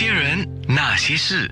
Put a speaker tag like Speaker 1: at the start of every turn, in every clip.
Speaker 1: 前那些事》，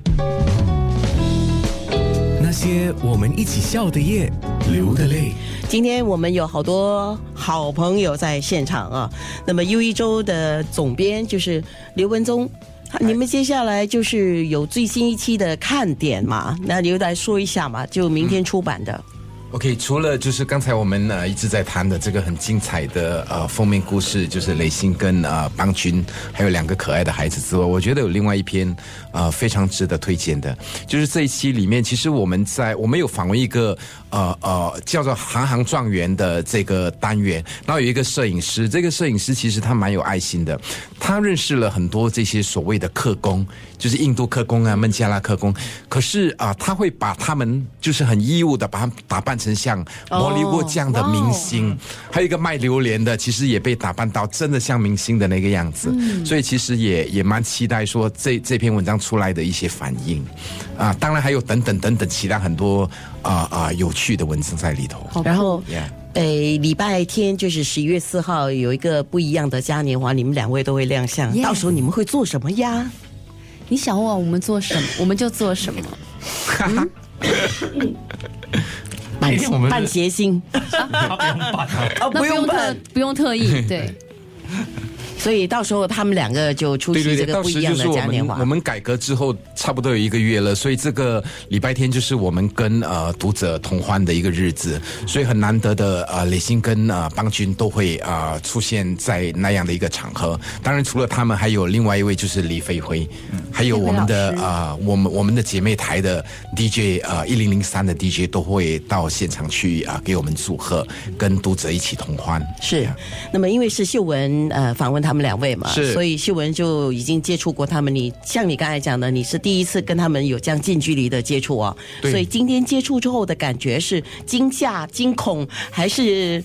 Speaker 2: 那些我们一起笑的夜，流的泪。
Speaker 3: 今天我们有好多好朋友在现场啊。那么又一周的总编就是刘文宗，啊你们接下来就是有最新一期的看点嘛？那你就来说一下嘛，就明天出版的。
Speaker 4: OK，除了就是刚才我们呃一直在谈的这个很精彩的呃封面故事，就是雷欣跟呃邦君，还有两个可爱的孩子之外，我觉得有另外一篇呃非常值得推荐的，就是这一期里面，其实我们在我们有访问一个呃呃叫做“行行状元”的这个单元，然后有一个摄影师，这个摄影师其实他蛮有爱心的，他认识了很多这些所谓的客工，就是印度客工啊、孟加拉客工，可是啊、他会把他们就是很义务的把他们打扮成像魔力沃这样的明星，还有一个卖榴莲的，其实也被打扮到真的像明星的那个样子，所以其实也也蛮期待说这这篇文章出来的一些反应，啊，当然还有等等等等其他很多啊啊、有趣的文字在里头。
Speaker 5: 哦
Speaker 3: 然后
Speaker 4: Yeah，
Speaker 3: 诶，哎礼拜天就是十一月四号有一个不一样的嘉年华，你们两位都会亮相
Speaker 5: Yeah
Speaker 3: 到时候你们会做什么呀？
Speaker 5: 你想问我们做什么，我们就 做什么。
Speaker 1: 那天我们
Speaker 3: 半谐星，
Speaker 1: 他不用办了，
Speaker 3: 哦，
Speaker 5: 那不用特，不用 特意，对，
Speaker 3: 所以到时候他们两个就出
Speaker 4: 对
Speaker 3: 席
Speaker 4: 对
Speaker 3: 这
Speaker 4: 对，
Speaker 3: 个
Speaker 4: 到
Speaker 3: 不
Speaker 4: 时
Speaker 3: 一
Speaker 4: 就
Speaker 3: 样
Speaker 4: 是
Speaker 3: 的
Speaker 4: 我
Speaker 3: 嘉年
Speaker 4: 们
Speaker 3: 华
Speaker 4: 我。们改革之后差不多有一个月了，所以这个礼拜天就是我们跟呃读者同欢的一个日子，所以很难得的呃雷欣跟呃邦君都会呃出现在那样的一个场合。当然除了他们，还有另外一位就是李飞辉，
Speaker 3: 嗯
Speaker 4: 还有我们的
Speaker 5: 李飞老师
Speaker 4: 啊、我们我们的姐妹台的 DJ 啊一零零三的 DJ 都会到现场去啊、给我们祝贺，跟读者一起同欢。
Speaker 3: 是，那么因为是秀文呃访问他们两位嘛，
Speaker 4: 是
Speaker 3: 所以秀文就已经接触过他们。你像你刚才讲的，你是第一次跟他们有这样近距离的接触哦，
Speaker 4: 对
Speaker 3: 所以今天接触之后的感觉是惊吓、惊恐还是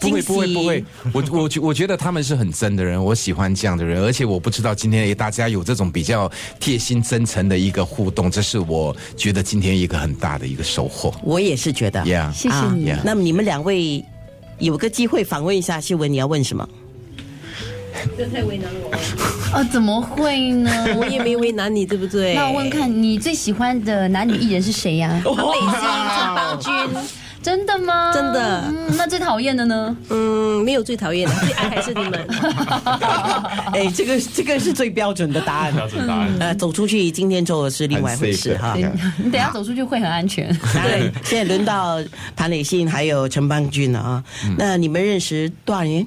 Speaker 4: 不
Speaker 3: 惊
Speaker 4: 会
Speaker 3: 喜？
Speaker 4: 不会不会，我我觉我觉得他们是很真的人，我喜欢这样的人，而且我不知道今天诶大家有这种比较贴心真诚的一个互动，这是我觉得今天一个很大的一个收获。
Speaker 3: 我也是觉得啊
Speaker 4: Yeah，
Speaker 5: 谢谢你。
Speaker 4: Yeah
Speaker 3: 那么你们两位有个机会访问一下秀文，你要问什么？
Speaker 5: 呃，怎么会 呢？
Speaker 6: 我 也没为难你，对不对？
Speaker 5: 那我问 看你最喜欢的男女艺人是谁 呀、
Speaker 6: 北京陈邦君，
Speaker 5: 真的吗？
Speaker 6: 真的
Speaker 5: 嗯，那最讨厌 的呢？
Speaker 6: 嗯，没有最讨厌的，最爱还是你们。
Speaker 3: 哎，这个这个是最标准的答案。
Speaker 1: 标准答案。
Speaker 3: 呃，走出去今天之后是另外一回事
Speaker 4: Unsafe
Speaker 3: 哈。
Speaker 5: 你等一下走出去会很安 全。
Speaker 1: 啊
Speaker 3: 对，现在轮到谭磊信还有陈邦俊了啊。
Speaker 1: 嗯
Speaker 3: 那你们认识多少年？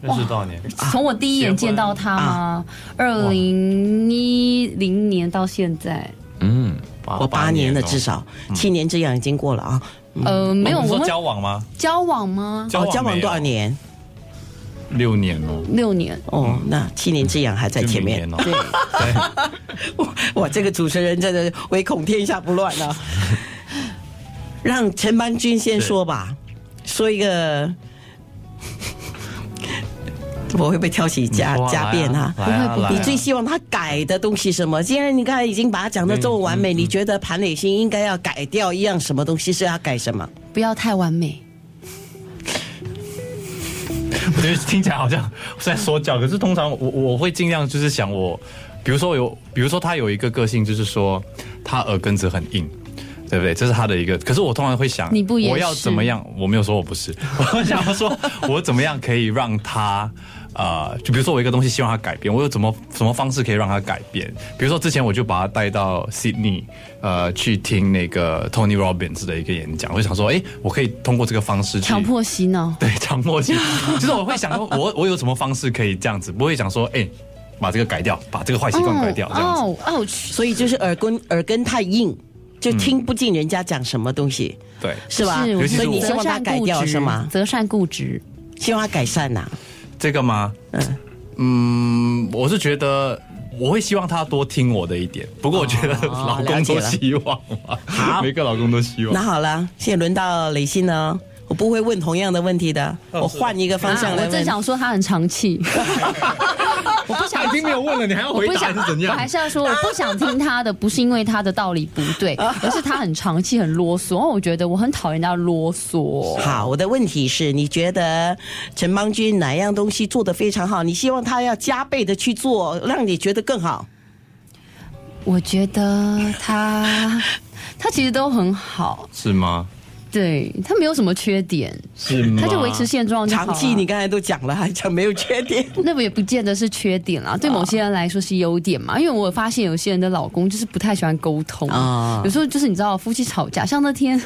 Speaker 1: 认识多少年？
Speaker 5: 从我第一眼见到他吗？
Speaker 1: 啊
Speaker 5: 二零一零年到现在，
Speaker 4: 嗯，
Speaker 1: 哦
Speaker 3: 我八年了，至少
Speaker 1: 嗯
Speaker 3: 七年这样已经过了啊。
Speaker 5: 呃，没有，
Speaker 1: 我们嗯哦
Speaker 5: 我
Speaker 1: 说
Speaker 5: 们
Speaker 1: 交往吗？
Speaker 5: 交往吗？
Speaker 1: 交往
Speaker 3: 哦交往多少年？
Speaker 1: 六年哦，
Speaker 5: 六年。
Speaker 3: 哦，那七年之痒还在前面
Speaker 1: 就。明
Speaker 5: 对
Speaker 1: 年哦，，
Speaker 3: 哇哇，这个主持人真的唯恐天下不乱啊！让陈邦君先说吧，说一个， 我会不会挑起家
Speaker 1: 你说啊
Speaker 3: 家变啊？
Speaker 1: 来啊
Speaker 5: 不会不会
Speaker 1: 来啊
Speaker 3: 你最希望他改的东西什么？既然你刚才已经把它讲的这么
Speaker 1: 嗯
Speaker 3: 完美，你觉得盘磊鑫应该要改掉一样什么东西？是要改什么？
Speaker 5: 不要太完美。
Speaker 1: 我觉得听起来好像在说教，可是通常我我会尽量就是想我，比如说有，比如说他有一个个性就是说他耳根子很硬。对不对？这是他的一个，可是我通常会想，
Speaker 5: 你不也是
Speaker 1: 我要怎么样？我没有说我不是， 我想要说，我怎么样可以让他，呃，就比如说我有一个东西希望他改变，我有怎么什么方式可以让他改变？比如说之前我就把他带到 Sydney，呃，去听那个 Tony Robbins 的一个演讲，我就想说，哎，我可以通过这个方式去
Speaker 5: 强迫洗脑。
Speaker 1: 对，强迫 性，就是我会想说，我我有什么方式可以这样子，不会想说，哎、把这个改掉，把这个坏习惯改掉，这样子。
Speaker 5: 哦哦，去
Speaker 3: 所以就是耳根耳根太硬，就听不进人家讲什么东西，
Speaker 1: 对，
Speaker 3: 是吧？
Speaker 5: 是
Speaker 1: 尤
Speaker 5: 我
Speaker 1: 其是
Speaker 3: 所以
Speaker 1: 我
Speaker 3: 你希
Speaker 5: 择
Speaker 3: 望他
Speaker 5: 善
Speaker 3: 改
Speaker 5: 固
Speaker 3: 掉
Speaker 5: 执
Speaker 3: 是吗？
Speaker 5: 择善固执。
Speaker 3: 希望他改善啊呐、
Speaker 1: 这个吗？嗯，我是觉得我会希望他多听我的一点，不过我觉得
Speaker 3: 哦
Speaker 1: 老公都
Speaker 3: 了解了
Speaker 1: 希望嘛，
Speaker 3: 好
Speaker 1: 每个老公都希望
Speaker 3: 那。好了，现在轮到磊鑫了，我不会问同样的问题的，
Speaker 1: 哦
Speaker 3: 我换一个方向
Speaker 5: 啊
Speaker 3: 来
Speaker 5: 我正
Speaker 3: 问。
Speaker 5: 想说他很长气， 我不想
Speaker 1: 他已经没有问了，你还要
Speaker 5: 我
Speaker 1: 回
Speaker 5: 不
Speaker 1: 答
Speaker 5: 想
Speaker 1: 是怎，
Speaker 5: 我
Speaker 1: 样？
Speaker 5: 还是要说，我不想听他的，不是因为他的道理不 对，而是他很长气、很啰嗦。然哦后我觉得我很讨厌他啰嗦。
Speaker 3: 好，我的问题是，你觉得陈邦君哪样东西做得非常好？你希望他要加倍的去做，让你觉得更好？
Speaker 5: 我觉得他他其实都很好，
Speaker 1: 是吗？
Speaker 5: 对他没有什么缺点，
Speaker 1: 是吗？
Speaker 5: 他就维持现状就好啊
Speaker 3: 长
Speaker 5: 了。
Speaker 3: 期你刚才都讲了，还讲没有缺点。
Speaker 5: 那不也不见得是缺点啦，对某些人来说是优点嘛。因为我有发现有些人的老公就是不太喜欢沟通，
Speaker 3: 啊
Speaker 5: 有时候就是你知道夫妻吵架，像那天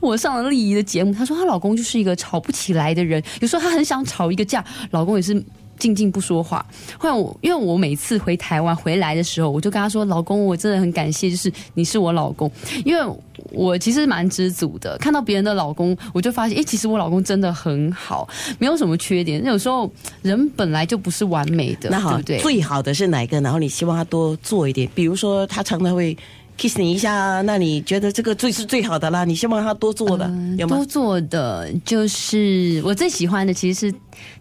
Speaker 5: 我上了丽姨的节目，她说她老公就是一个吵不起来的人，有时候她很想吵一个架，老公也是。静静不说话。后来我，因为我每次回台湾回来的时候，我就跟他说：“老公，我真的很感谢，就是你是我老公，因为我其实蛮知足的。看到别人的老公，我就发现，诶、其实我老公真的很好，没有什么缺点。有时候人本来就不是完美的，
Speaker 3: 那
Speaker 5: 对
Speaker 3: 好，
Speaker 5: 不对？
Speaker 3: 最好的是哪一个？然后你希望他多做一点，比如说他常常会 kiss 你一下啊，那你觉得这个最是最好的啦？你希望他多做的、有吗
Speaker 5: 多？做的就是我最喜欢的，其实是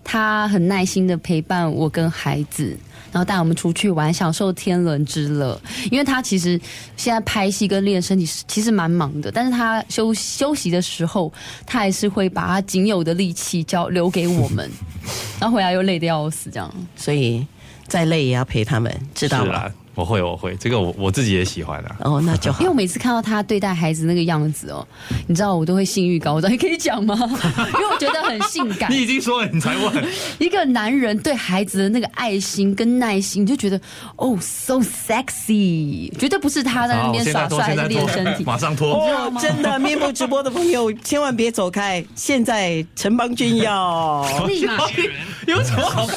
Speaker 5: 他很耐心的陪伴我跟孩子。然后带我们出去玩，享受天伦之乐。因为他其实现在拍戏跟练身体是其实蛮忙的，但是他休休息的时候，他还是会把他仅有的力气交留给我们， 然后回来又累得要死，这样。
Speaker 3: 所以再累也要陪他们，知道
Speaker 1: 是
Speaker 3: 吗？
Speaker 1: 啦，我会我会，这个我我自己也喜欢啊。
Speaker 3: 哦，那就好
Speaker 5: 因为。我每次看到他对待孩子那个样子哦，你知道我都会性欲高涨，你可以讲吗？ 因为我觉得很性感。
Speaker 1: 你已经说了，你才问，
Speaker 5: 一个男人对孩子的那个爱心跟耐心，你就觉得哦，so sexy，绝对不是他在那
Speaker 1: 好，
Speaker 5: 边
Speaker 1: 现
Speaker 5: 耍
Speaker 1: 在脱，现
Speaker 5: 帅还是
Speaker 1: 在
Speaker 5: 练
Speaker 1: 脱
Speaker 5: 身，体。
Speaker 1: 马上脱。
Speaker 3: 哦，真的，面部直播的朋友千万别走开！现在陈邦君要。
Speaker 5: 立马
Speaker 1: 有什么好？